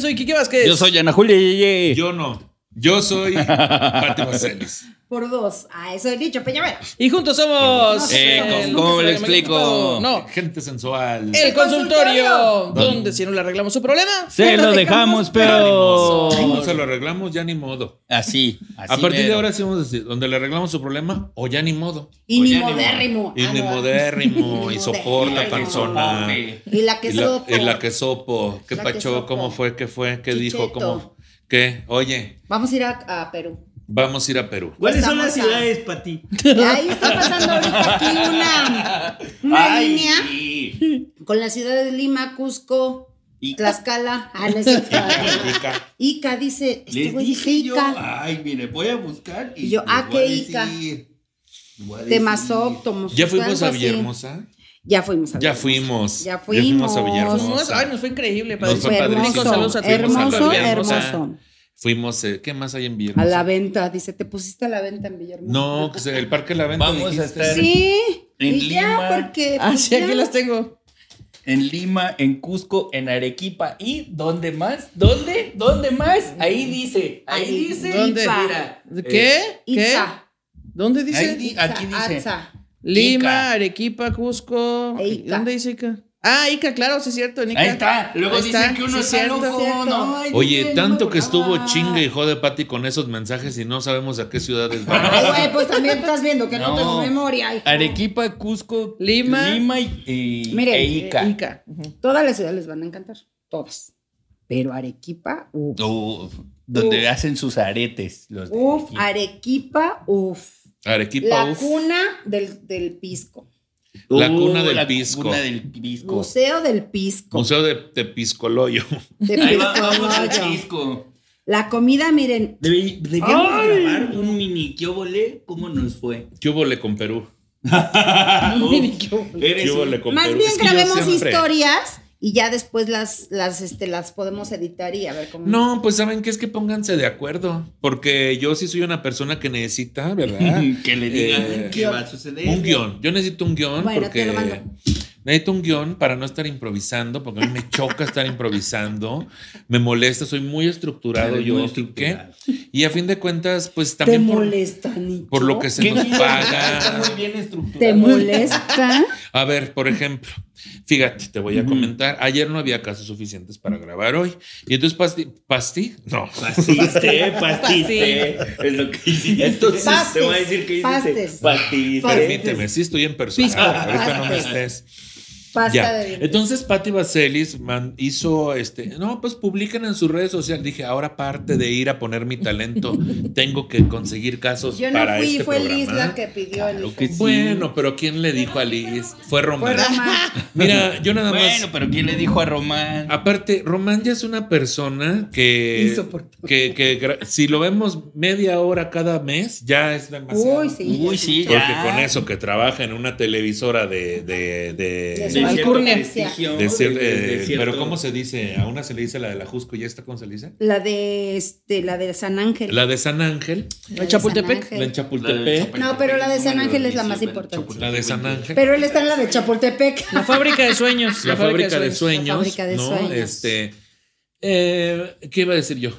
soy Kike Vázquez. Yo soy Ana Julia Yeye. Yo no. Yo soy Pati Marcelis. Por dos. Ah, eso he dicho, Peñavera. Y juntos somos. Eh, el- ¿cómo- cómo le explico? No. Gente sensual. El El consultorio. consultorio. Donde si no le arreglamos su problema. Se lo dejamos, pero. Si no se lo arreglamos, ya ni modo. Así, así. a partir de mero. ahora sí vamos a decir, donde le arreglamos su problema, o Pues ya ni modo. Y O ni ya ni modo. modérrimo. Y Ah, ni no. modérrimo, y Ni soporta modérrimo. persona. Y la que Y la, sopo. y la que sopo, qué La que pacho, sopo. cómo fue, qué fue, qué dijo, Chicheto. cómo, qué, oye, Vamos a ir a, a Perú. vamos a ir a Perú. ¿Cuáles son las Estamos a- ciudades para ti? Ahí está pasando ahorita aquí una, una Ay, línea sí. con la ciudad de Lima, Cusco, Ica. Tlaxcala. Ah, no es cierto. Ica. Ica dice, este Les güey dice dije yo, Ah, Ica. ay, mire, voy a buscar y, Y yo, les ah, voy a qué Ica. decir, les voy a Temazoc, decir. Tomozoc, ¿Ya fuimos Pues algo a así. Villahermosa? Ya fuimos Ya a Villahermosa. fuimos. Ya a fuimos. Nos, ay, Villahermosa. nos fue increíble. Nos fue Fue padrísimo. hermoso, Saludos a tu hermano hermoso, Gabriel Hermosa. hermoso. Fuimos, eh, ¿qué más hay en A Villahermosa? la venta, dice, te pusiste a la venta en Villahermosa. No, que se- el Parque La Venta. Vamos a dijiste. estar- Sí. En y Lima. ya, porque. Ah, pues, sí, aquí ya. las tengo. En Lima, en Cusco, en Arequipa y ¿dónde más? ¿Dónde? ¿Dónde más? Ahí dice. Ahí Ahí. dice. ¿Dónde? Mira. Eh, ¿Qué? ¿Qué? Itza, ¿Dónde dice? Ahí di- Itza, aquí dice. Atza. Lima, Arequipa, Cusco. E Ica. ¿Dónde dice Ica? Ah, Ica, claro, sí es cierto. en Ica. Eh, Ahí está. Luego Ahí dicen está, que uno sí, está cierto, loco. cierto. No, ay, Oye, dije, tanto no, que estuvo ah. chingue y jode Pati con esos mensajes y no sabemos a qué ciudades Ay, van. güey, pues también estás viendo que no, No. tengo memoria. hijo. Arequipa, Cusco, Lima. Lima y, y- Miren, e eh, Ica. Ica. Ujú. Todas las ciudades les van a encantar. Todas. Pero Arequipa, uff. Uf, donde Uf. hacen sus aretes. Los de Uf, aquí. Arequipa, uff. Arequipa, La uf. cuna del, del pisco. La Uh, cuna del la pisco. cuna del pisco. Museo del pisco. Museo de Tepiscoloyo. De Ahí va- vamos al pisco. pisco. La comida, miren. Debe- debíamos Ay. grabar un mini quiobole, ¿cómo nos fue? ¿Qué hubo le con Perú? Ah, Eres ¿Qué hubo un- le con Más Perú? bien Es que yo grabemos siempre- historias y ya después las, las, este, las podemos editar y a ver cómo. No, pues saben que es que pónganse de acuerdo, porque yo sí soy una persona que necesita, ¿verdad? que le digan Eh, qué va a suceder. un guión. Yo necesito un guión Bueno, porque te lo mando. necesito un guión para no estar improvisando, porque a mí me choca estar improvisando, me molesta, soy muy estructurado Eres yo, muy Quique. estructurado. y a fin de cuentas, pues ¿Te también por, molesta, Nicho? por lo que se nos Está paga. muy bien estructurado. ¿Te molesta? A ver, por ejemplo, fíjate, te voy a comentar, ayer no había casos suficientes para grabar hoy, y entonces Pasti, Pasti, no, Pastiste, pastiste. es lo que hiciste. Entonces, Pastes, te voy a decir que hiciste. pastes. Pastiste. Pastes. permíteme, sí estoy en persona, ahorita no me Pastes. estés. Pasta Ya. de Entonces Patti Vaselis man- hizo este, no, pues publiquen en sus redes sociales. Dije, ahora aparte de ir a poner mi talento, tengo que conseguir casos Yo no para fui, este fue programa. Liz la que pidió el Claro hijo. que sí. Bueno, pero ¿quién le dijo a Liz? Fue Fue Román. Román. Mira, yo nada más. Bueno, pero ¿quién le dijo a Román? Aparte, Román ya es una persona que, Insoportable. que, que gra- si lo vemos media hora cada mes, ya es demasiado. Uy, sí. Uy, ya sí, sé. Porque ya. con eso que trabaja en una televisora de- de- De de, su De cierto Alcurnia. prestigio, De de- cier- de- eh, de cierto- pero ¿cómo se dice? A una se le dice la de la Jusco y esta, ¿cómo se le dice? La de este, la de San Ángel. La de San Ángel, La de Chapultepec. San la de Ángel. Chapultepec, No, pero la de San Ángel es la más Chapultepec, importante. la de San Ángel, Pero él está en la de Chapultepec. La fábrica de sueños. la fábrica de La sueños, fábrica de ¿no? sueños. Este, eh, ¿qué iba a decir yo?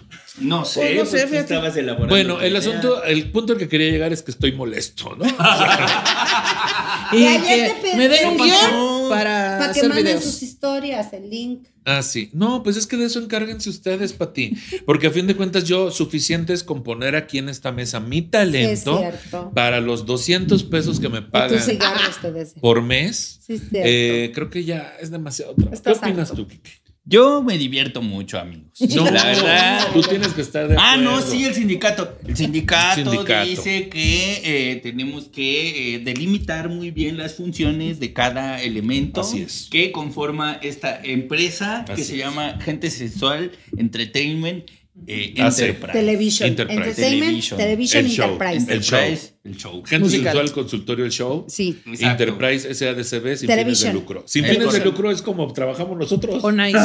No sé, Pues no sé, pues tú fíjate. estabas elaborando. Bueno, tu el idea. asunto, el punto al que quería llegar es que estoy molesto, ¿no? O sea, Y Y ayer que te pedí- me den un ¿Qué guión pasó? para, Para que hacer manden videos. sus historias, el link. ah, sí. No, pues es que de eso encárguense ustedes, Pati, porque a fin de cuentas yo suficiente es componer aquí en esta mesa mi talento Es cierto. para los 200 pesos que me Y tus pagan cigarros te deseo. por mes. Sí, es cierto. Eh, creo que ya es demasiado trabajo. ¿Qué Estás opinas harto. tú, Kike? Yo me divierto mucho, amigos. la verdad. Tú tienes que estar de acuerdo. Ah, no, sí, el sindicato. El sindicato, Sindicato. dice que eh, tenemos que eh, delimitar muy bien las funciones de cada elemento Así es. que conforma esta empresa que Así se es. llama Gente Sexual Entertainment eh, Hace. Enterprise. Television. Enterprise. Entertainment. Television. Television El show. Enterprise. El Enterprise, el show. Gente Musical. sensual, consultorio, el show. Sí. Exacto. Enterprise SADCB sin fines de Television. lucro. Sin Es fines de correcto. lucro es como trabajamos nosotros. O Oh, nice.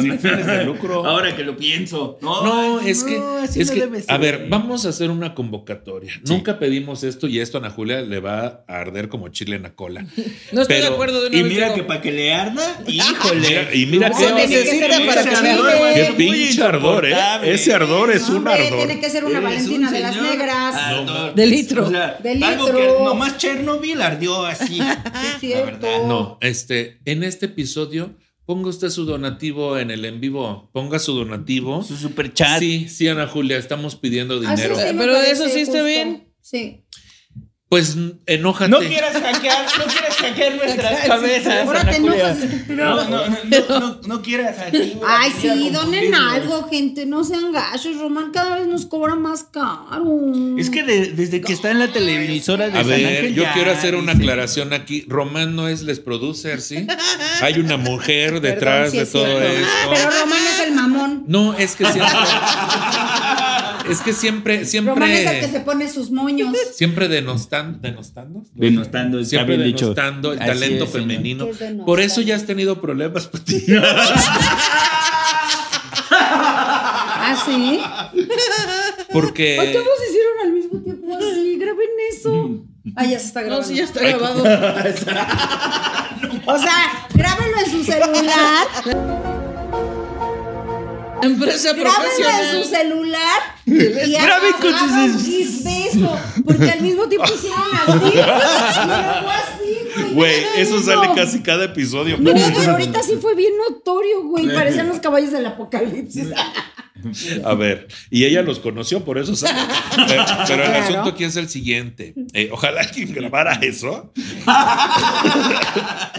Sin fines de lucro. Ahora que lo pienso. No, No, ay, es que, no, así es no que debe ser. a ver, vamos a hacer una convocatoria. Nunca pedimos esto y esto a Ana Julia le va a arder como chile en la cola. No estoy de Pero- acuerdo de una Y vez mira digo, que para que le arda, Mira, híjole. y mira No, qué, tiene que ser necesita para que qué ser muy pinche ardor, ¿eh? insoportable. Ese ardor es No, un hombre, ardor. Tiene que ser una Eres Valentina un de las señor Negras. ardor. De litro. O sea, De Algo litro. que nomás Chernobyl ardió así. Sí, es Ah, La cierto. verdad. No, este, en este episodio, ponga usted su donativo en el en vivo. Ponga su donativo. Su super chat. Sí, sí, Ana Julia, estamos pidiendo Así dinero. Ah, sí me Pero parece eso sí está justo. bien. Sí. Pues mm, enójate. No quieras hackear, no quieras hackear nuestras cabezas. Ahora Ana te Julia. enojas, estúpido. No, no, no, no, no, no quieras aquí. Ay, aquí sí, a donen confundirnos. algo, gente. No sean gachos. Román cada vez nos cobra más caro. Es que de- desde que está en la televisora de A San ver, Ángel yo ya, quiero hacer una dice. aclaración aquí. Román no es les producer, ¿sí? Hay una mujer detrás Perdón, sí de es todo cierto. Ah, Pero esto. Román es el mamón. No, es que siempre. es que siempre, Román es el que se siempre. pone sus moños. Siempre denostan- denostando. Denostando, está Siempre bien dicho. denostando el Así talento es, señor. femenino. ¿Qué es denostando? Por eso ya has tenido problemas, Pati. ¿Ah, sí? Ay, Porque. todos hicieron al mismo tiempo así. Graben eso. Ah, ya se está No, grabando. sí, ya está grabado. O sea, grábenlo en su celular. Empresa Grábenlo en su profesional. celular. Y Graben hagan- con sus- hagan un gif de eso. Porque al mismo tiempo hicieron así. Y luego así, güey. Güey, eso No. sale casi cada episodio. No, pero ahorita sí fue bien notorio, güey. Parecían los caballos del apocalipsis. A ver, y ella los conoció, por eso sabe. Pero, pero el Claro. asunto aquí es el siguiente. Eh, ojalá alguien grabara eso.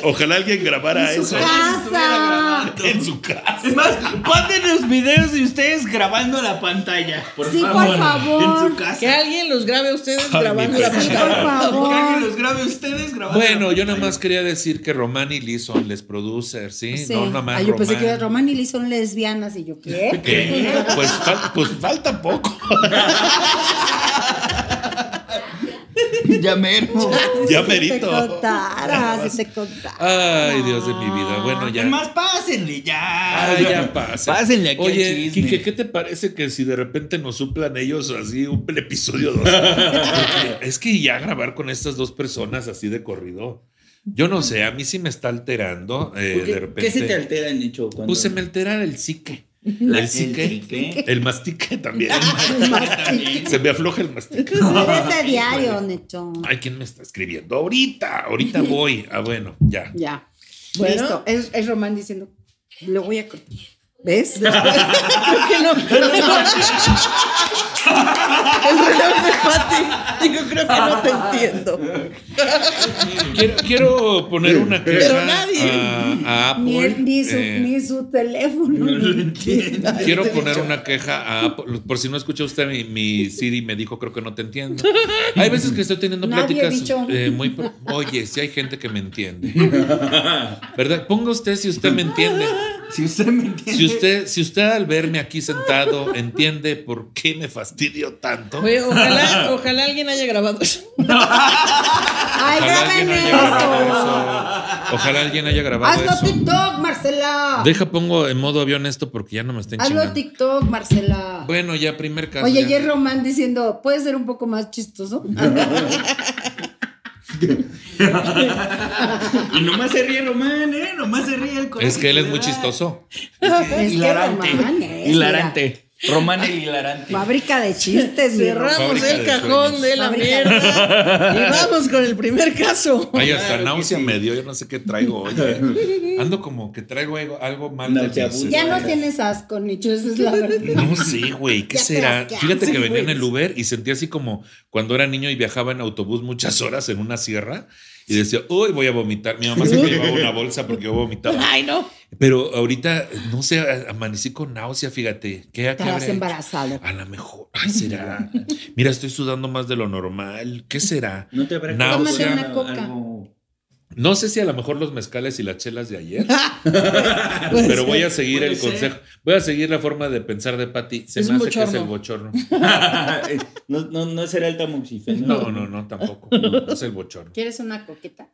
ojalá alguien grabara En su eso casa. en su casa. Es más, manden los videos de ustedes grabando la pantalla. Por Sí, por favor. favor. En su casa. Que alguien los grabe a ustedes grabando mi la Sí, pantalla. por Que alguien favor. los grabe ustedes grabando. Bueno, la yo nada pantalla. más quería decir que Román y Lison les producer, ¿sí? Sí. No, nada más. Ah, yo pensé Román. que era Román y Liz son lesbianas y yo, ¿qué? ¿Qué? Pues, fal- pues falta poco. Ya mero. ya Si te merito. contara, si te contara. Ay, Dios de mi vida. Bueno, ya. Es más, pásenle ya. Ah, ya pasa. Pásenle aquí al Oye, chisme. Quique, ¿qué te parece que si de repente nos suplan ellos así un episodio 2? es que ya grabar con estas dos personas así de corrido, yo no sé, a mí sí me está alterando. eh, ¿Por qué- de repente. ¿Qué se te altera, Nicho? cuando- Pues se me altera el psique. La- el psique. psique. El mastique también. También. se me afloja el mastique. Ese diario, Neto. Ay, ¿quién me está escribiendo? Ahorita, ahorita voy. Ah, bueno, ya. Ya. Bueno. Listo. Es, es Román diciendo, lo voy a cortar. ¿Ves? Creo que no. El reloj de Pati. Digo, creo que no te entiendo. Quiero, quiero poner una queja Pero nadie. a- a, ni, Apple. el- ni su, Eh, ni su teléfono. ni- Quiero poner una queja a Apple. Por si no escucha usted, mi, mi Siri me dijo, creo que no te entiendo. Hay veces que estoy teniendo Nadie ha pláticas dicho. eh, muy... pro- Oye, si hay gente que me entiende. ¿Verdad? Ponga usted si usted me entiende. Si usted me entiende. Si usted, si usted al verme aquí sentado entiende por qué me fastidio tanto. Oye, Pues, ojalá, ojalá alguien haya grabado eso. Ay, Ojalá alguien graben haya grabado eso. eso. Ojalá alguien haya grabado Hazlo eso. TikTok, Marcela. Deja, pongo en modo avión esto porque ya no me estén Hazlo chingando. TikTok, Marcela. Bueno, ya primer caso. Oye, ya. y es Román diciendo, ¿puede ser un poco más chistoso? Y nomás se ríe Román, ¿eh? Nomás se ríe el coraje Es que él es le muy da. chistoso. Es que hilarante. Román es, hilarante. Román el hilarante. Fábrica de chistes, mi Román. Cerramos Fábrica el de cajón sueños. de la Fábrica de- mierda y vamos con el primer caso. Ay, hasta Claro que náusea sí. me dio, yo no sé qué traigo hoy. eh. Ando como que traigo algo, algo mal de Náusea, mis- Ya no tienes asco, Nicho, esa es la verdad. No sé, güey, ¿qué Ya te será? asqueas, Fíjate que güey. venía en el Uber y sentí así como cuando era niño y viajaba en autobús muchas horas en una sierra y decía, uy, voy a vomitar. Mi mamá siempre llevaba una bolsa porque yo vomitaba. Ay, no. Pero ahorita, no sé, a- amanecí con náusea, fíjate. ¿Qué qué habrá Estarás hecho? embarazado. A lo mejor, ay, será. Mira, estoy sudando más de lo normal. ¿Qué será? No te habrá Náusea. causado Tómate una coca. algo- No sé si a lo mejor los mezcales y las chelas de ayer, Puede pero ser. voy a seguir puede el ser. consejo. Voy a seguir la forma de pensar de Patty. Se Es me un hace que es el bochorno. No, no, no será el tamoxifeno. No, no, no, tampoco. No, es el bochorno. ¿Quieres una coqueta?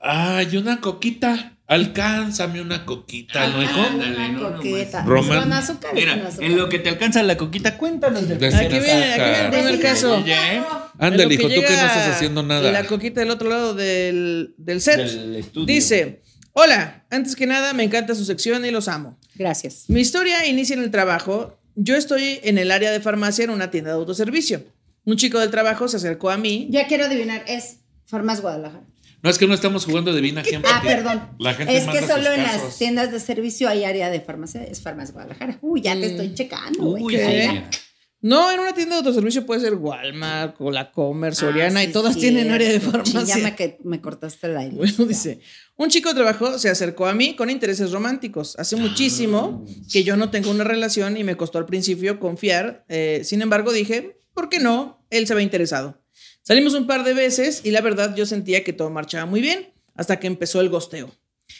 Ay, una coquita. Alcánzame una coquita, ¿no, hijo? ándale, no, Ah, una no coqueta. más. Roman- ¿Con azúcar o sin Mira, azúcar? en lo que te alcanza la coquita, cuéntanos del De Aquí Sin viene, aquí viene azúcar. el primer Sin caso. azúcar. Oye. Ándale, En hijo, lo que tú que no llega estás haciendo nada. La coquita del otro lado del, del set. Del estudio. Dice, hola, antes que nada me encanta su sección y los amo. Gracias. Mi historia inicia en el trabajo. Yo estoy en el área de farmacia en una tienda de autoservicio. Un chico del trabajo se acercó a mí. Ya quiero adivinar, es Farmas Guadalajara. No, es que no estamos jugando de bien aquí en Ah, Patty. perdón. La gente es que manda sus solo en casos. las tiendas de servicio hay área de farmacia, es Farmas Guadalajara. Uy, ya te estoy checando, güey. Uy, ¿Qué? ¿Qué? sí. No, en una tienda de autoservicio puede ser Walmart, la Comer, Soriana Ah, y sí, todas sí, tienen área de cierto. farmacia. Chingame que me cortaste la idea. Bueno, dice, un chico de trabajo se acercó a mí con intereses románticos. Hace muchísimo que yo no tengo una relación y me costó al principio confiar. eh, sin embargo, dije, ¿por qué no? Él se ve interesado. Salimos un par de veces y la verdad yo sentía que todo marchaba muy bien hasta que empezó el gosteo.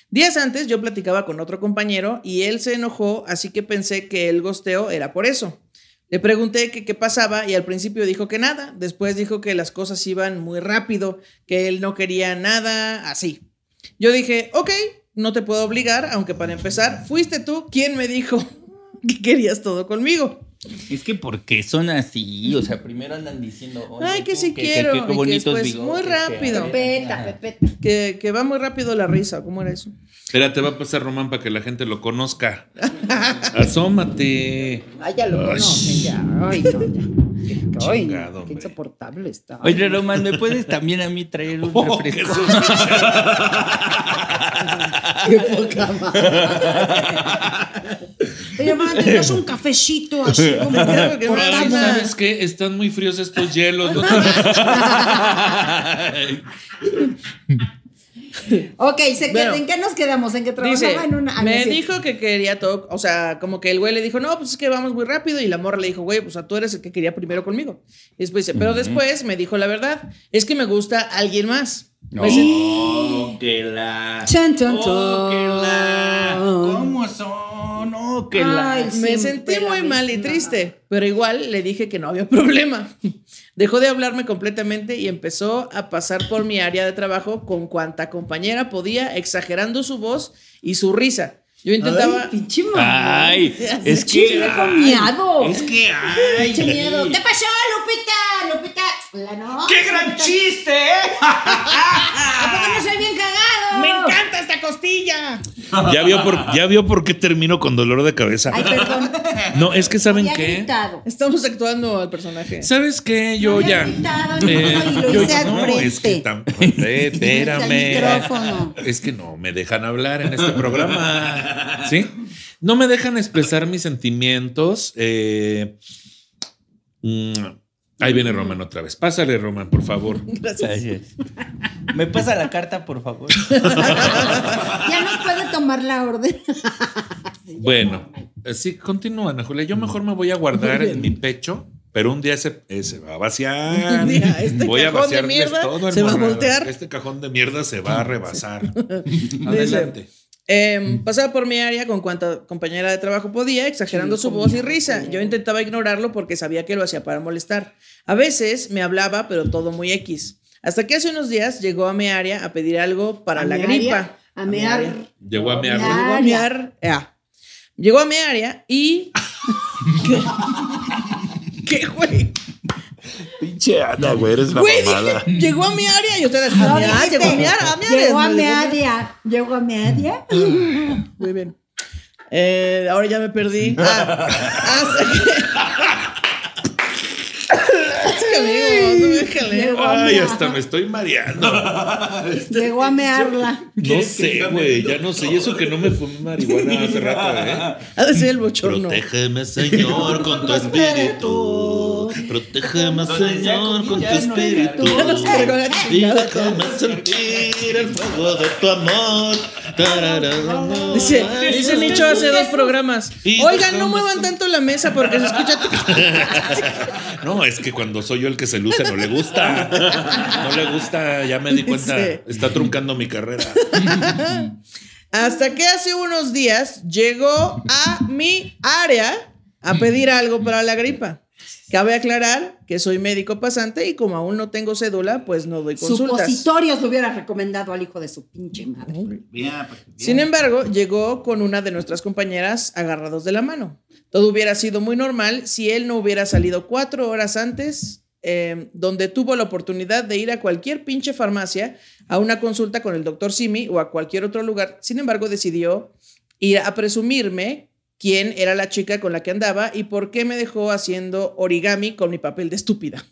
Días antes yo platicaba con otro compañero y él se enojó, así que pensé que el gosteo era por eso. Le pregunté que qué pasaba y al principio dijo que nada, después dijo que las cosas iban muy rápido, que él no quería nada, así. Yo dije, ok, no te puedo obligar, aunque para empezar, fuiste tú quien me dijo que querías todo conmigo. Es que porque son así, o sea, primero andan diciendo, oye, Ay, que tú, sí quiero, y qué que bonitos después bigotes, muy que rápido. a ver, Pepeta, ajá. Pepeta. Que, que va muy rápido la risa, ¿cómo era eso? Espera, te va a pasar Román para que la gente lo conozca. Asómate. Ay, ya lo Ay. conocen, ya. Ay, no, ya. Qué- Ay, Chingado, qué hombre. insoportable está. Oye, Román, ¿me puedes también a mí traer un Oh, qué refresco? susto. qué poca madre. Oye, mamá, ¿tendrás un cafecito así como Claro que no, cortado? Ay, Román. ¿Sabes qué? Están muy fríos estos hielos. ¿no? Ay, Ok, ¿se Bueno. queda- ¿en qué nos quedamos? ¿En qué trabajaba? Dice, en una... ah, no me es cierto. dijo que quería todo, o sea, como que el güey le dijo, no, pues es que vamos muy rápido y la morra le dijo, güey, pues tú eres el que quería primero conmigo. Y después dice, pero después me dijo la verdad, es que me gusta alguien más. Me sen- Oh, que la. Chan, chan, chan. Oh, que la. ¿Cómo son? Oh, que Ay, la. Me siempre sentí la muy mal y misma. triste, pero igual le dije que no había problema. Dejó de hablarme completamente y empezó a pasar por mi área de trabajo con cuanta compañera podía, exagerando su voz y su risa. Yo intentaba... Ay, pinche mamá. Ay, es que. Pinche ay, miedo. Es que. Ay, Pinche miedo. ¿Qué pasó, Lupita? Lupita. La no. ¡Qué gran chiste, eh! ¿A poco no soy bien cagado? ¡Me encanta esta costilla! ya, vio por, ya vio por qué termino con dolor de cabeza. Ay, perdón. No, es que ¿saben Había qué? gritado. Estamos actuando al personaje. ¿Sabes qué? Yo había ya. Eh, gritado, no, y lo hice al frente. es que tampoco. Espérame. Al micrófono. Es que no me dejan hablar en este programa. ¿Sí? No me dejan expresar mis sentimientos. eh, mm, ahí viene Roman otra vez. Pásale, Roman, por favor. Gracias. ¿Me pasa la carta, por favor? Ya nos puede tomar la orden. Bueno, eh, sí, continúa, Ana Julia. Yo mejor me voy a guardar en mi pecho, pero un día se, eh, se va a vaciar. Un día este voy a cajón de vaciarles mierda todo el se va a morrado. voltear. Este cajón de mierda se va a rebasar. Adelante. Mm. Em, pasaba por mi área con cuanta compañera de trabajo podía, exagerando su voz y risa. Yo intentaba ignorarlo porque sabía que lo hacía para molestar. A veces me hablaba, pero todo muy X. Hasta que hace unos días llegó a mi área a pedir algo para la gripa. A mear. Llegó a mi Ya. área. Llegó a mi área. Llegó a mi área y. ¿Qué, güey? Pinche Ana, güey, eres la Güey, mamada. dije, llegó a mi área y ustedes. A mi área, Ah, llegó a mi área. a mi área. Llegó a meadia. Llegó a meadia. Muy bien. Eh, ahora ya me perdí. Ah, hasta que- Es que, amigo, no déjale. Llegó a Ay, mear- hasta me estoy mareando. Llegó a mearla. No sé, güey, ya no sé. Y eso que no me fumé marihuana hace rato, ¿eh? Ha de ser el bochorno. Protégeme, Señor, con tu espíritu. Protégeme, Señor, con tu espíritu. Ya nos cargó la Y chingada. déjame sentir el fuego de tu amor. Tararara. Dice, dice Nicho hace dos programas. Y Oigan, dos no muevan tanto la mesa porque se escucha. No, es que cuando soy yo el que se luce no le gusta. No le gusta, ya me di cuenta. Sí. Está truncando mi carrera. Hasta que hace unos días llegó a mi área a pedir algo para la gripa. Cabe aclarar que soy médico pasante y como aún no tengo cédula, pues no doy consultas. Supositorios lo hubiera recomendado al hijo de su pinche madre. Mira, para que Sin vean. embargo, llegó con una de nuestras compañeras agarrados de la mano. Todo hubiera sido muy normal si él no hubiera salido cuatro horas antes, eh, donde tuvo la oportunidad de ir a cualquier pinche farmacia, a una consulta con el doctor Simi o a cualquier otro lugar. Sin embargo, decidió ir a presumirme quién era la chica con la que andaba y por qué me dejó haciendo origami con mi papel de estúpida.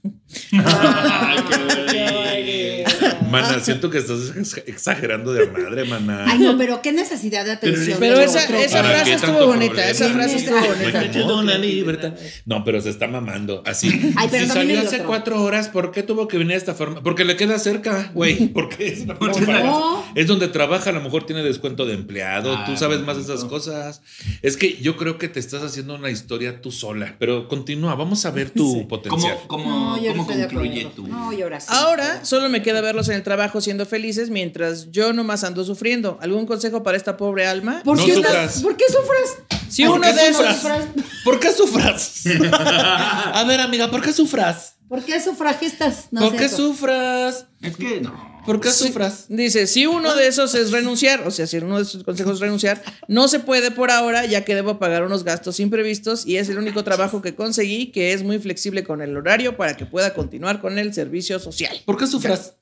Ah, Ah, Ay, qué Mana, siento que estás ex- exagerando de madre, mana. Ay, no, pero qué necesidad de atención. Pero del esa- otro. esa ¿Para frase qué estuvo tanto bonita, problema? esa frase estuvo Ay, bonita. me quitó la libertad. No, pero se está mamando. Así. Ay, pero si también salió el hace otro. cuatro horas, ¿por qué tuvo que venir a esta forma? Porque le queda cerca, güey. Porque es la Porque no. Es donde trabaja, a lo mejor tiene descuento de empleado. Ah, tú sabes más de esas bonito. cosas. Es que yo creo que te estás haciendo una historia tú sola. Pero continúa, vamos a ver tu potencial. ¿Cómo, cómo, No, yo no cómo estoy de concluye acuerdo. tú? No, y ahora sí. Ahora solo me queda verlos en el trabajo siendo felices mientras yo nomás ando sufriendo. ¿Algún consejo para esta pobre alma? ¿Por, No qué sufras. estás- ¿Por qué sufres? Si ¿Por uno qué de sufras? esos. ¿Por qué sufras? A ver, amiga, ¿por qué sufras? ¿Por qué sufragistas? No ¿Por sé qué eso. sufras? Es que no. ¿Por qué sufras? Dice, si uno de esos es renunciar, o sea, si uno de sus consejos es renunciar, no se puede por ahora ya que debo pagar unos gastos imprevistos y es el único trabajo que conseguí que es muy flexible con el horario para que pueda continuar con el servicio social. ¿Por qué sufras?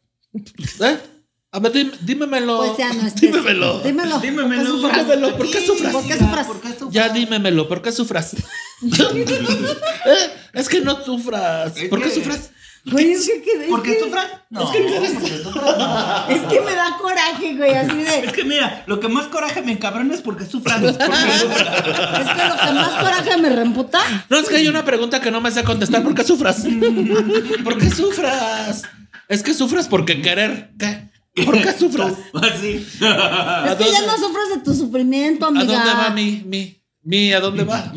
¿Eh? A ver, dime- dímemelo. Pues ya no es que- dímemelo. Dímelo. Dímemelo. ¿Por qué sufras? Dímemelo, ¿por qué sufras? ¿Por qué sufras? ¿Por qué sufras? Ya dímemelo, ¿por qué sufras? Eh, Es que no sufras. Es ¿Por qué que- sufras? Güey, es que- que- es ¿Por qué que- sufras? No. Es que, ¿por qué sufras? No. es que me da coraje, güey, así de... Es que mira, lo que más coraje me encabrona es porque sufras. Porque sufras. Es que lo que más coraje me reemputa. No, es que hay una pregunta que no me sé contestar. ¿Por qué sufras? ¿Por qué sufras? Es que sufras porque querer. ¿Qué? ¿Por qué sufras? Así. Es que ya no sufras de tu sufrimiento, ¿A amiga. dónde va mi, mi, mi? ¿A dónde va?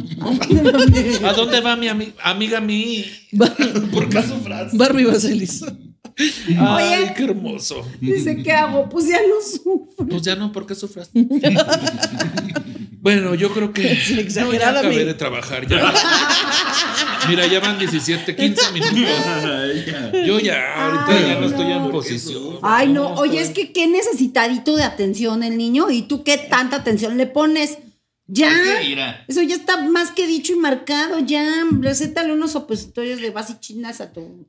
¿A dónde va mi ami- amiga mi? ¿Por qué sufras? Barbie Baselis. Ay, qué hermoso. Dice, ¿qué hago? Pues ya no sufro. Pues ya no, ¿por qué sufras? bueno, yo creo que. No, ya Exagerada, acabé mi- de trabajar ya. Mira, ya van 17, 15 minutos. Yo ya, ahorita Ay, ya no estoy no. en posición. Ay, no. Oye, es que qué necesitadito de atención el niño. ¿Y tú qué tanta atención le pones? Ya. Es que, mira. Eso ya está más que dicho y marcado. Ya. Recétale unos opositorios de base chinas a tu.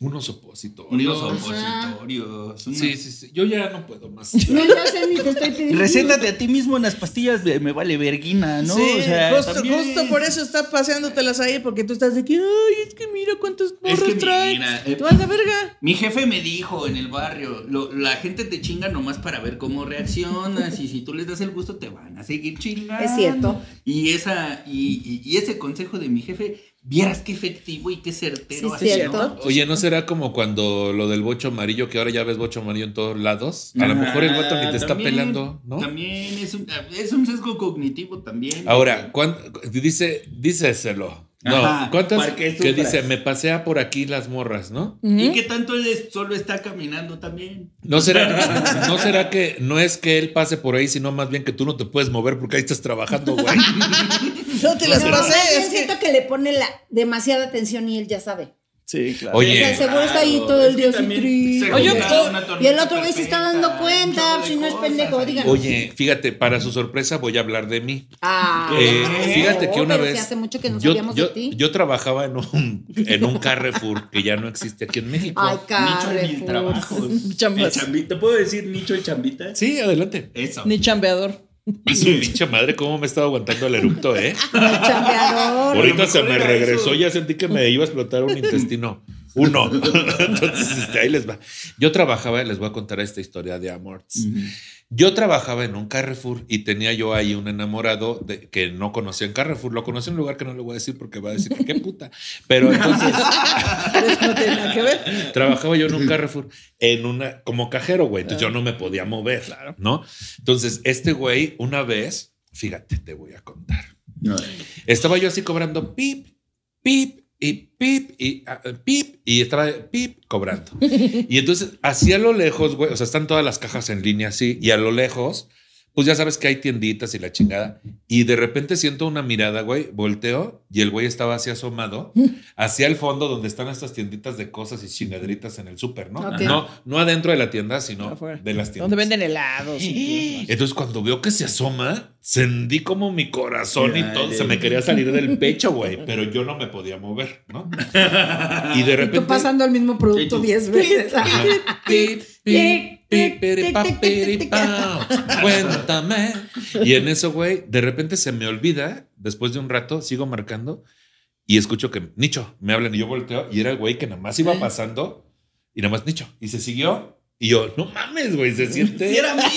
Unos opositorios. Unos opositorios. una- Sí, sí, sí. Yo ya no puedo más. No, no sé ni te estoy pidiendo. Recétate a ti mismo en las pastillas de me vale verguina, ¿no? sí, O sea, justo, también- justo por eso está paseándotelas ahí, porque tú estás de que, ay, es que mira cuántos Es morros que trae. mira, eh, Tú a la verga. Mi jefe me dijo en el barrio, lo- la gente te chinga nomás para ver cómo reaccionas y si tú les das el gusto te van a seguir chingando. Es cierto. Y esa y, y- y ese consejo de mi jefe, vieras qué efectivo y qué certero. Sí, ha sido, cierto. ¿no? Oye, ¿no será como cuando lo del bocho amarillo, que ahora ya ves bocho amarillo en todos lados? A lo mejor el vato ni te está Ah, También- pelando, ¿no? También es un, es un sesgo cognitivo también. Ahora, ¿cuán- dice, díceselo. No, Ajá, ¿cuántas para que que sufras. dice, me pasea por aquí las morras, ¿no? ¿Y Ujú. qué tanto él es- solo está caminando también? No será, no será que no es que él pase por ahí, sino más bien que tú no te puedes mover porque ahí estás trabajando, güey. No te las Pero más pases. bien siento que le pone la demasiada atención y él ya sabe. Sí, claro. O sea, Oye, seguro está ahí Claro, todo es el que día así también triste. se Oye, genera pero- una tormenta Y el otro güey se está perfecta, dando un cuenta, chorro de si no es cosas pendejo, ahí. díganos. oye, fíjate, para su sorpresa voy a hablar de mí. Ah, Eh, no, fíjate que una pero sí vez hace mucho que no yo, sabíamos yo- de ti. yo trabajaba en un, en un Carrefour que ya no existe aquí en México. Ay, Nicho en el trabajo. Carrefour. Chambas. El chambi- ¿Te puedo decir nicho y chambita? Sí, adelante. Eso. Ni chambeador. Su pinche madre, cómo me estaba aguantando el eructo, ¿eh? El chambeador. Ahorita se mejor me era regresó, eso. ya sentí que me iba a explotar un intestino. Uno. Entonces, este, ahí les va. Yo trabajaba, les voy a contar esta historia de Amorts. Yo trabajaba en un Carrefour y tenía yo ahí un enamorado de- que no conocía en Carrefour. Lo conocí en un lugar que no le voy a decir porque va a decir que qué puta. Pero entonces No tiene nada que ver. trabajaba yo en un Carrefour en una como cajero, güey. Entonces yo no me podía mover, ¿no? Entonces este güey una vez, fíjate, te voy a contar. Estaba yo así cobrando pip, pip y pip y ah, pip y estaba pip cobrando. Y entonces, así a lo lejos, güey, o sea, están todas las cajas en línea así y a lo lejos, pues ya sabes que hay tienditas y la chingada. Y de repente siento una mirada, güey, volteo y el güey estaba así asomado hacia el fondo donde están estas tienditas de cosas y chingadritas en el súper, ¿no? Ok. No, no adentro de la tienda, sino Afuera. de las tiendas. ¿Dónde venden helados? y- Entonces cuando veo que se asoma, sentí como mi corazón y Ay. todo, se me quería salir del pecho, güey, pero yo no me podía mover, ¿no? Y de Y repente... tú pasando el mismo producto Y tú- 10 veces. Pi, pi, pi, piri, pa, piri, pa. Cuéntame. Y en eso, güey, de repente se me olvida, después de un rato, sigo marcando y escucho que, Nicho, me hablan y yo volteo y era el güey que nada más iba pasando y nada más, Nicho, y se siguió. Y yo, no mames, güey, se siente. Si era mí.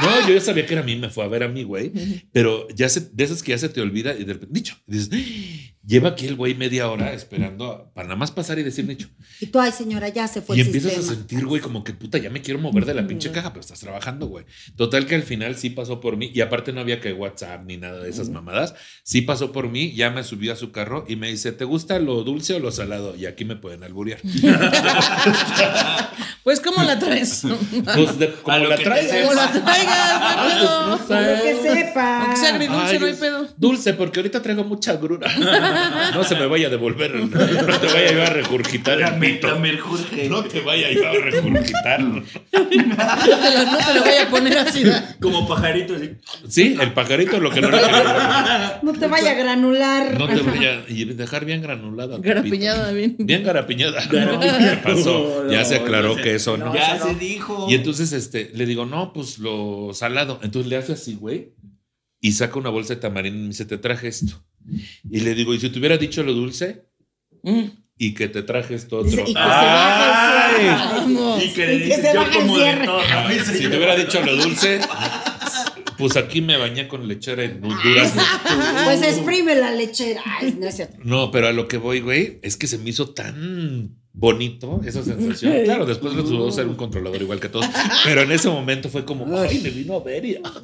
No, yo ya sabía que era a mí, me fue a ver a mí, güey. Pero ya se, de esas que ya se te olvida y de repente, Nicho, y dices, "Ah". lleva aquí el güey media hora esperando a- para nada más pasar y decir, Nicho. Y tú, ay, señora, ya se fue Y el empiezas sistema. a sentir, güey, como que puta, ya me quiero mover de la pinche caja, pero estás trabajando, güey. Total que al final sí pasó por mí y aparte no había que WhatsApp ni nada de esas mamadas. Sí pasó por mí, ya me subió a su carro y me dice, ¿te gusta lo dulce o lo salado? Y aquí me pueden alburear. Pues, ¿cómo la traes? Pues de- como A lo la que traes, ¿eh? te Como la traigas, no hay pedo. no Por lo que sé. sepa. Aunque sea agridulce, Ay, no hay es pedo. Dulce, porque ahorita traigo mucha grura. No se me vaya a devolver. No te vaya yo a regurgitar el pito. Jorge. No te vaya yo a regurgitar. No te la, no te la voy a poner así. da. Como pajarito así. Sí, el pajarito lo que no le quería. No te vaya a granular. No te vaya y dejar bien granulada. tu pito. Garapiñada, bien. Bien garapiñada. Ya pasó. Ya se aclaró que eso no. ya se dijo. Y entonces este, le digo, no, pues lo salado. Entonces le hace así, güey, y saca una bolsa de tamarindo y me dice, te traje esto. Y le digo, ¿y si te hubiera dicho lo dulce? Mm. Y que te traje esto Dice, otro. y que se baje Ay. el cierre. Vamos. Y que le Y que dices, se yo baje el como de cierre. todo. Ah, si te hubiera dicho lo dulce, pues aquí me bañé con lechera en Honduras. Pues exprime la lechera. Ay, no es cierto. No, pero a lo que voy, güey, es que se me hizo tan bonito esa sensación. Claro, después lo pudo ser un controlador igual que todos, pero en ese momento fue como, ay, me vino a ver. y- Ajá,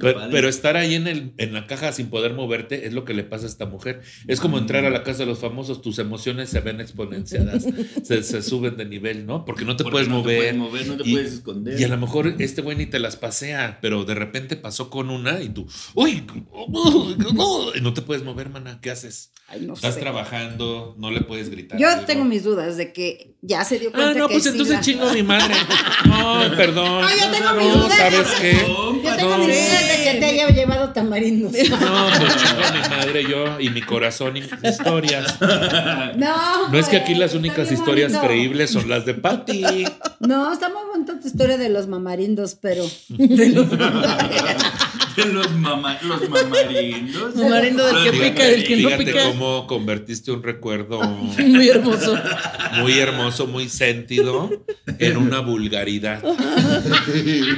Pero, compadre. pero estar ahí en, el, en la caja sin poder moverte es lo que le pasa a esta mujer. Es como entrar a la casa de los famosos, tus emociones se ven exponenciadas, se, se suben de nivel, ¿no? Porque no te Porque puedes no mover. Te puedes mover, no te y- puedes esconder. Y a lo mejor este güey ni te las pasea, pero de repente pasó con una y tú, uy, no, no te puedes mover, mana, ¿qué haces? Ay, no Estás sé. trabajando, no le puedes gritar. Yo algo. tengo mis dudas de que ya se dio cuenta Ah, no, que pues sí entonces la- chingo a mi madre. No, perdón. Ah, yo tengo mis No, dudas. ¿sabes qué? Yo Compa, tengo No. mis dudas de que te haya llevado tamarindos. No, pues chingo a mi madre yo y mi corazón y mis historias. No. No es que aquí güey, las está únicas bien historias bonito. creíbles son las de Patty. No, está muy bonita tu historia de los mamarindos, pero. De los mamarindos. de los, mamá, los mamarindos. Mamarindo del que Los pica, del que no mamarindos. Fíjate pica. cómo convertiste un recuerdo Muy hermoso. muy hermoso, muy sentido, en una vulgaridad.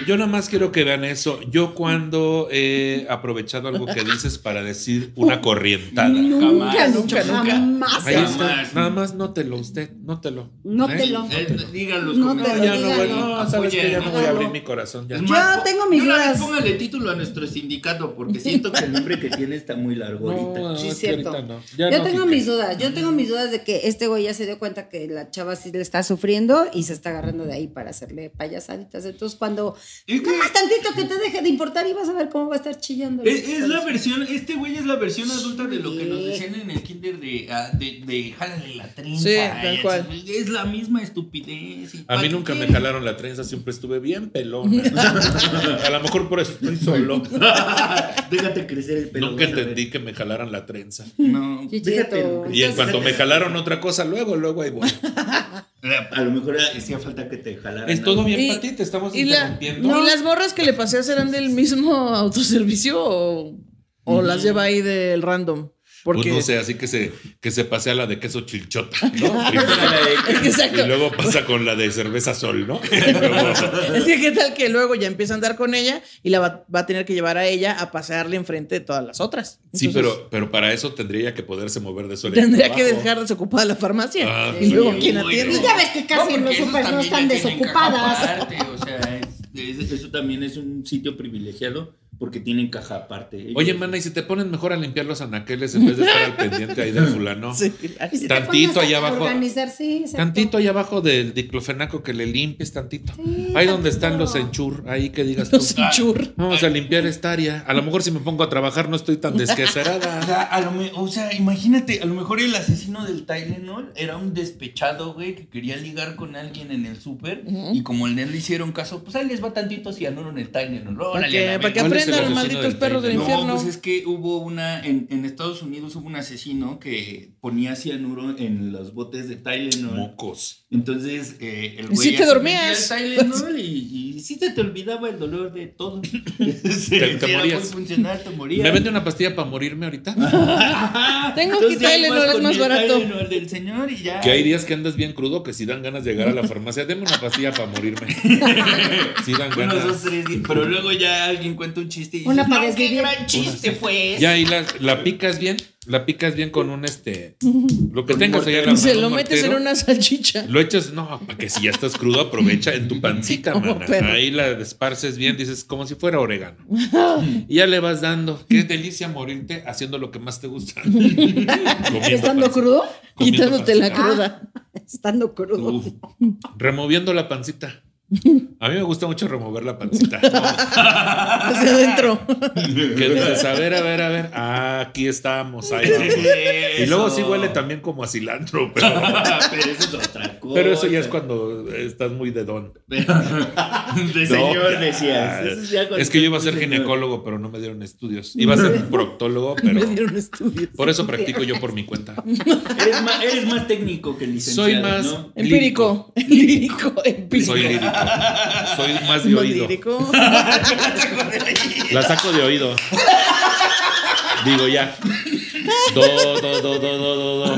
Yo nada más quiero que vean eso. Yo cuando he aprovechado algo que dices para decir una corrientada. Nunca, Jamás, nunca, nunca. jamás. Ahí está. Jamás. Nada más nótelo usted, nótelo. Nótelo. Eh, Digan los No, No, comentarios. ya no, voy- no, Dígalo. sabes que ya no voy a abrir Dígalo. mi corazón. ya. Es más, Yo tengo mis de una vez dudas. Póngale título a nuestro sindicato porque siento que el nombre que tiene está muy largo ahorita. No, Sí, es que cierto. ahorita no. Ya Yo no, tengo Kike. mis dudas, yo tengo mis dudas de que este güey ya se dio cuenta que la chava sí le está sufriendo y se está agarrando de ahí para hacerle payasaditas. Entonces, cuando Es que- más tantito que te deje de importar y vas a ver cómo va a estar chillando. Es, es la versión, este güey es la versión adulta de lo que nos Sí. decían en el kinder de, ah, de, de jálale la trenza. Sí, y tal así, cual. güey, Es la misma estupidez. y A mí ¿para nunca qué me quieres? jalaron la trenza, siempre estuve bien pelona. A lo mejor por eso estoy solo. Déjate crecer el pelo. Nunca vas a ver. entendí que me jalaran la trenza. No, Chichito. déjate. Y en cuanto me jalaron otra cosa, luego, luego ahí voy. A lo mejor hacía falta que te jalaran. Es todo Y- bien, Pati, te estamos ¿Y, la- interrumpiendo. ¿y las borras que le pasé serán del mismo autoservicio o, o las lleva ahí del random? Porque Mm. Pues no sé, así que se, que se pase a la de queso chilchota, ¿no? Exacto. Y luego pasa con la de cerveza sol, ¿no? Y luego- es que qué tal que luego ya empieza a andar con ella y la va, va a tener que llevar a ella a pasearle enfrente de todas las otras. sí, Entonces, pero, pero para eso tendría que poderse mover de sol. en tendría que abajo. dejar desocupada la farmacia. Ah, y luego, sí, ¿quién uy, atiende? no. Ya ves que casi porque los esos supers no también ya están tienen caja desocupadas. aparte, o sea, es- es- eso también es un sitio privilegiado porque tienen caja aparte. Oye, mana, y si te ponen mejor a limpiar los anaqueles en vez de estar al pendiente ahí del fulano. Sí, claro. Y si te Tantito pones a allá abajo. Organizar, sí, exacto. Tantito ahí abajo del diclofenaco que le limpies tantito. Sí, ahí donde están tantito. los enchur, ahí que digas tú. Los enchur. Vamos a limpiar esta área. A lo mejor si me pongo a trabajar no estoy tan O desquecerada. sea, a lo me- o sea, imagínate, a lo mejor el asesino del Tylenol era un despechado, güey, que quería ligar con alguien en el súper y como le le hicieron caso, pues ahí les va tantito cianuro en el Tylenol. Para Órale, a que, la para que verga. ¿Cuál es el aprendan los asesino malditos del perros del Titan? infierno. No, pues es que hubo una, en, en Estados Unidos hubo un asesino que ponía cianuro en los botes de Tylenol. Mocos. Entonces, eh, el Y güey. sí te así dormías. metía el Tylenol y, y sí te, te olvidaba el dolor de todo. Sí, Te- te era morías. muy funcional, te morías. ¿Me vende una pastilla para morirme ahorita? Tengo Entonces, que Tylenol, ahí vas es con más el barato. Tylenol del señor y ya. Que hay días que andas bien crudo que si dan ganas de llegar a la farmacia, deme una pastilla para morirme. Si dan Unos dos, ganas. tres días. Pero luego ya alguien cuenta un chiste y dice, Una no, para qué desvivir". gran chiste fue ese. Ya ahí la, la picas bien, la picas bien con un este, lo que Con tengas un ahí a la Y mano, se un lo metes en mortero. una salchicha. Lo echas, no, para que si ya estás crudo, aprovecha en tu pancita, Como mana. perro. Ahí la esparces bien, dices, como si fuera orégano. Y ya le vas dando. Qué delicia morirte haciendo lo que más te gusta. Comiendo ¿Estando pancita, crudo? comiendo Quitándote la pancita. Ah, cruda. Estando crudo. Uf, removiendo la pancita. A mí me gusta mucho remover la pancita. Hacia adentro. Que dices, a ver, a ver, a ver. Ah, aquí estamos. ahí vamos. Y luego sí huele también como a cilantro, pero, Ah, pero eso es otra cosa. pero eso ya es cuando estás muy de don. de No, señor ya. decías. Eso ya cuando Es que yo iba a estás ser muy señor. ginecólogo, pero no me dieron estudios. Iba a ser proctólogo, pero Me dieron estudios. por eso practico yo por mi cuenta. Eres más, eres más técnico que licenciado. Soy más ¿no? lírico. Empírico. Lírico. Empírico. Soy lírico. Soy más de Más oído. lírico. La saco de oído. Digo ya. Do, do, do, do, do, do, do.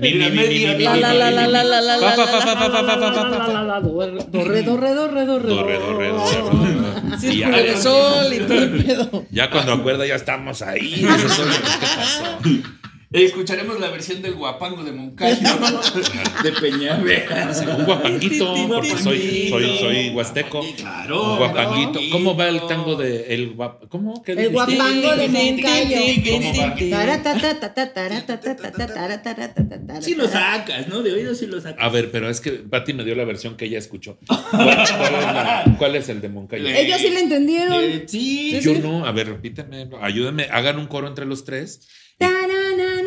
Mi, mi, mi, mi, mi, mi, La, la, la, la, la, la, la, Fa, fa, la, la, fa, fa, fa, fa, fa, fa, fa, fa. Dorre, dorre, dorre, dorre. Do, re, do, re, do, re, do, re. Y Círculo de ya, sol y todo el pedo. ya cuando acuerda ya estamos ahí. Dices, "Oye, pues, ¿qué pasó?". Escucharemos la versión del guapango de Moncayo. de Peñavera. Sí, Un guapanguito, porque soy, soy, soy huasteco. Claro. Un guapanguito. ¿Cómo va el tango de el guap- ¿Cómo? ¿Qué El dijiste? guapango de Sí lo sacas, ¿no? De oído sí lo sacas. A ver, pero es que Pati me dio la versión que ella escuchó. ¿Cuál, cuál es, la- cuál es el de Moncayo? Le- Ellos sí le entendieron. Eh, sí. Yo no, a ver, repíteme, ayúdame, hagan un coro entre los tres. Tan, tan, tan,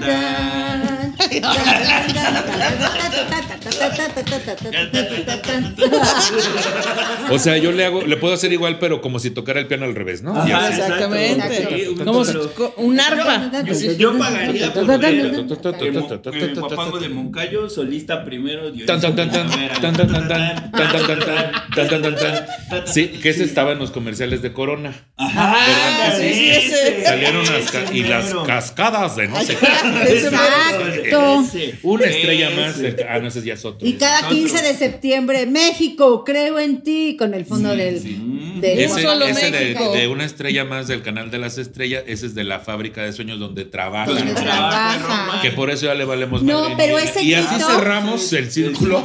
tan. O sea, yo le hago, le puedo hacer igual, pero como si tocara el piano al revés, ¿no? Y Ajá, así. Exactamente. exacto. Como si- Pero- co- un arpa. Yo, yo pagaría por ver el Mo- el guapango Tan, de Moncayo, solista primero. Dionisio tan, tan, tan, Primera. tan, tan, tan, tan, tan, tan, tan, tan, tan, tan, tan. Sí, que ese estaba en los comerciales de Corona. Ajá, ¿Verdad que sí? ese. Salieron las ca- Ese y las mero. cascadas de no sé qué. Ese Exacto. Ese. Una estrella Ese. más. del- Ah, no, ese ya es otro. Y cada 15 de septiembre, México, creo en ti, con el fondo del... del- Un Ese, solo ese de, México. de una estrella más del canal de las estrellas, ese es de la fábrica de sueños donde trabaja. Donde Claro. trabaja. Que por eso ya le valemos No, madre. pero Y- ese Y así grito- cerramos el círculo.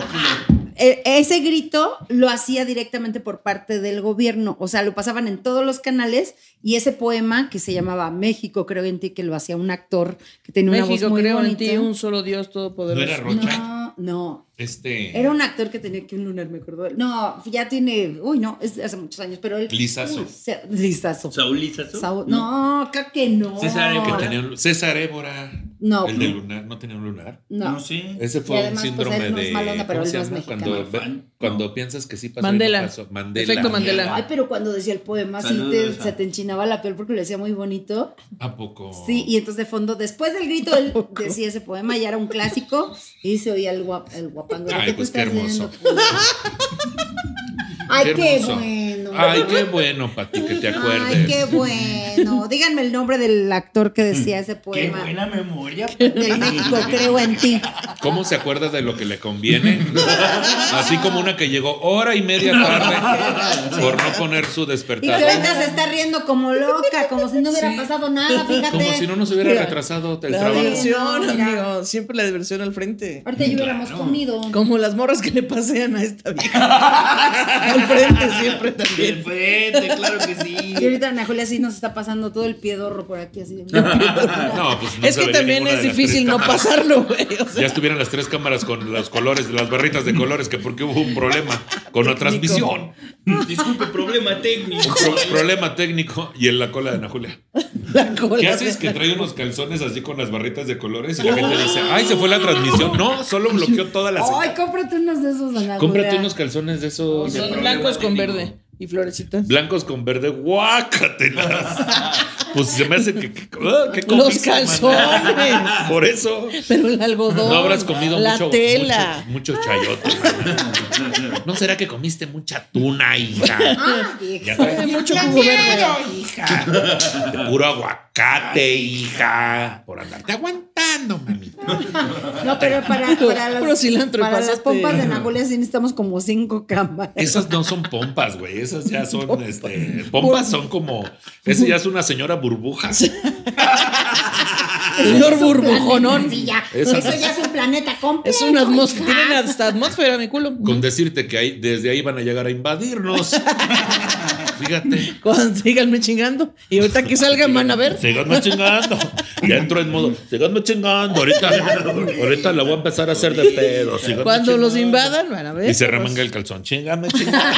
E- ese grito lo hacía directamente por parte del gobierno, o sea, lo pasaban en todos los canales y ese poema que se llamaba México, creo en ti, que lo hacía un actor que tenía una México, voz muy creo en bonita. ti, un solo Dios No era todopoderoso. Rocha. No, no, Este. era un actor que tenía que un lunar, me acuerdo. No, ya tiene, uy, no, es de hace muchos años, pero él... Lizazo. Uy, se- lizazo. Saúl Lizazo. Saúl- no, creo que no. César, que tenía un- César Évora. No, El de lunar, no tenía un lunar. no. sí. Ese Y fue además, un pues, síndrome él no es de. mala onda, pero ¿cómo él se no es llama? Cuando, mexicano. ve- cuando piensas que sí pasó. y no Mandela. pasó. Mandela. Efecto Mandela. Ay, pero cuando decía el poema, sí Saludos, te- ah. se te enchinaba la piel porque lo decía muy bonito. ¿A poco? Sí, y entonces de fondo, después del grito, él decía ese poema, ya era un clásico, y se oía el, guap, el guapango. Ay, ¿Qué pues, te estás qué hermoso. riendo, culo? Ay, Qué qué, hermoso. bueno. Ay, qué bueno, Pati, que te acuerdes. Ay, qué bueno. Díganme el nombre del actor que decía ese Qué poema. buena memoria. Del México, creo en ti. ¿Cómo se acuerda de lo que le conviene? Así como una que llegó hora y media tarde por no poner su Y que despertar. ahorita se está riendo como loca, como si no hubiera pasado nada, fíjate. Como si no nos hubiera retrasado el La trabajo. diversión, No, mira. amigo. Siempre la diversión al frente. Ahorita ya hubiéramos comido. Como las morras que le pasean a esta vieja. al frente siempre Del también. frente, claro que Y sí. ahorita Ana Julia sí nos está pasando todo el piedorro por aquí así. No, pues no es se que vería también ninguna es de las difícil tres no cámaras. pasarlo, güey. O sea, Ya estuvieran las tres cámaras con los colores, las barritas de colores, que porque hubo un problema con la transmisión. Disculpe, problema técnico. Un pro- problema técnico y en la cola de Ana Julia. la cola. ¿Qué haces? Que trae unos calzones así con las barritas de colores y la gente dice, ay, se fue la transmisión. No, solo bloqueó toda la Ay, señal. cómprate unos de esos, Ana Julia. Cómprate unos calzones de esos Son blancos con verde y florecitas. blancos con verde. Guácatelas. Pues se me hace que. que- ah, qué Los comiste, calzones. maná. Por eso. Pero el algodón. No habrás comido la mucho, tela. mucho, mucho chayote. maná. ¿No será que comiste mucha tuna, hija? Ah, vieja. Ya traes Hay mucho jugo verde. hija. De puro aguacate, hija. Por andarte aguantando, mamita. No, pero para, para las, Puro cilantro y para las pasote. pompas de Ana Julia sí necesitamos como cinco cámaras. Esas no son pompas, güey. Esas ya son, este. Pompas son como. Esa ya es una señora burbuja. Señor Es un burbujonón. planeta, sí, ya. Esa- Eso ya es un planeta completo. Es una atmósfera. hija. Tienen hasta atmósfera, mi culo. Con decirte que ahí- desde ahí van a llegar a invadirnos. Fíjate. Cuando síganme chingando. Y ahorita que salgan van a ver. Síganme chingando. Ya entro en modo. Síganme chingando. Ahorita, ahorita la voy a empezar a hacer de pedo. síganme Cuando los chingando. invadan, van a ver. Y se remanga el calzón. Chingame, chingando.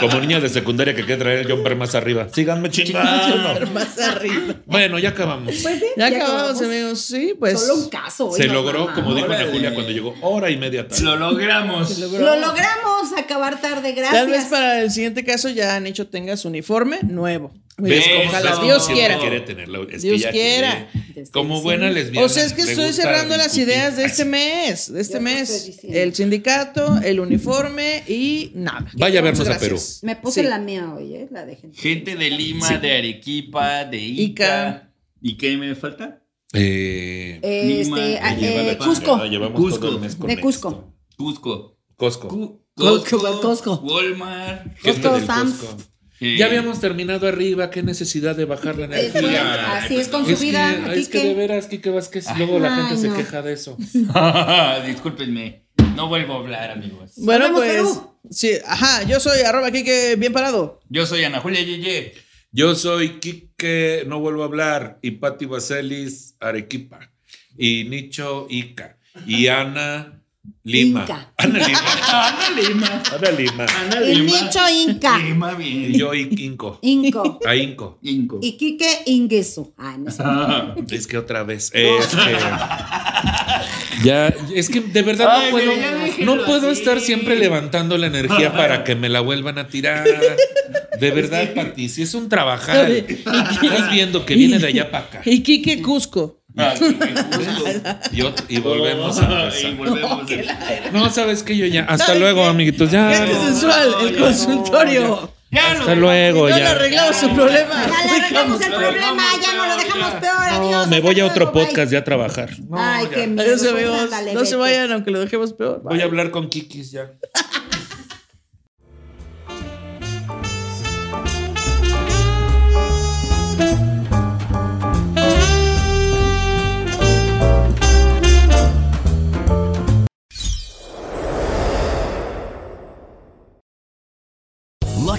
Como niña de secundaria que quiere traer el jumper más arriba. Síganme chingando. Más arriba. Bueno, ya acabamos. Pues sí, Ya, acabamos, amigos. Sí, pues. Solo un caso. hoy Se nos logró, mamamos. como dijo Ana Órale. Julia, cuando llegó hora y media tarde. Lo logramos. Lo logramos acabar tarde, gracias. Tal vez para el siguiente caso ya han hecho tengas uniforme nuevo. ¿Ves cómo Ojalá sabes Dios cómo siempre quiera. quiere tenerla? Es que Dios ella quiera. quiere. Como buena lesbiana. O sea, es que le estoy gusta cerrando las discutir. ideas de Ay, este mes, de este Yo te estoy mes. diciendo. El sindicato, el uniforme y nada. Vaya a vernos Muchas a Perú. gracias. Me puse Sí. la mía hoy, ¿eh? La de gente. Gente de Lima, de Arequipa, de Ica. ¿Y qué me falta? Eh, Eh, Lima, este, de ah, Lleva eh, de Cusco. la llevamos Cusco. todo el mes con De esto. Cusco. Cusco. Costco. Cu- Cusco, Cusco. Walmart. Gente Costco, del Sam's. Costco. eh, Ya habíamos terminado arriba. Qué necesidad de bajar la Eh, fue- energía. así es con Es su que, vida. ay, es que de Quique. veras, Kike Vázquez, luego la Ay, gente se no. queja de eso. Discúlpenme. No vuelvo a hablar, amigos. Bueno, Vamos, pues. Perú. Sí, ajá, yo soy arroba aquí que bien parado. Yo soy Ana Julia Yeye. Yo soy Quique, no vuelvo a hablar, y Patti Vaselis, Arequipa, y Nicho Ica, y Ana Lima. Inca. Ana Lima. Ana Lima. Ana Lima. Ana El Lima. nicho Inca. Lima bien. Y yo Ic- Inco. Inco. A Inco. Inco. Y Quique Ingueso. Ah, no sé. Es que otra vez. este, Es que. Ya, es que de verdad Ay, no puedo, mira, ya déjenlo no puedo así. estar siempre levantando la energía para que me la vuelvan a tirar. De verdad, Pati, si es un trabajar, estás viendo que viene de allá para acá. Y Quique Cusco. Ah, Quique Cusco. Y, ot- y volvemos a Y empezar. volvemos a- No, sabes que yo ya. Hasta ¿Saben luego, qué? amiguitos. Gente Ya. sensual, el ya no, consultorio. Ya lo Hasta dejamos. luego, no le ya. arreglamos su problema. Ya le arreglamos el ya, problema, vamos, ya no lo dejamos ya. peor. No, Adiós. me hasta voy a luego, otro bye. podcast ya a trabajar. Ay, qué miedo. Adiós, pues, amigos. ándale, No se vete. vayan, aunque lo dejemos peor. Voy a hablar con Kikis ya. Lucky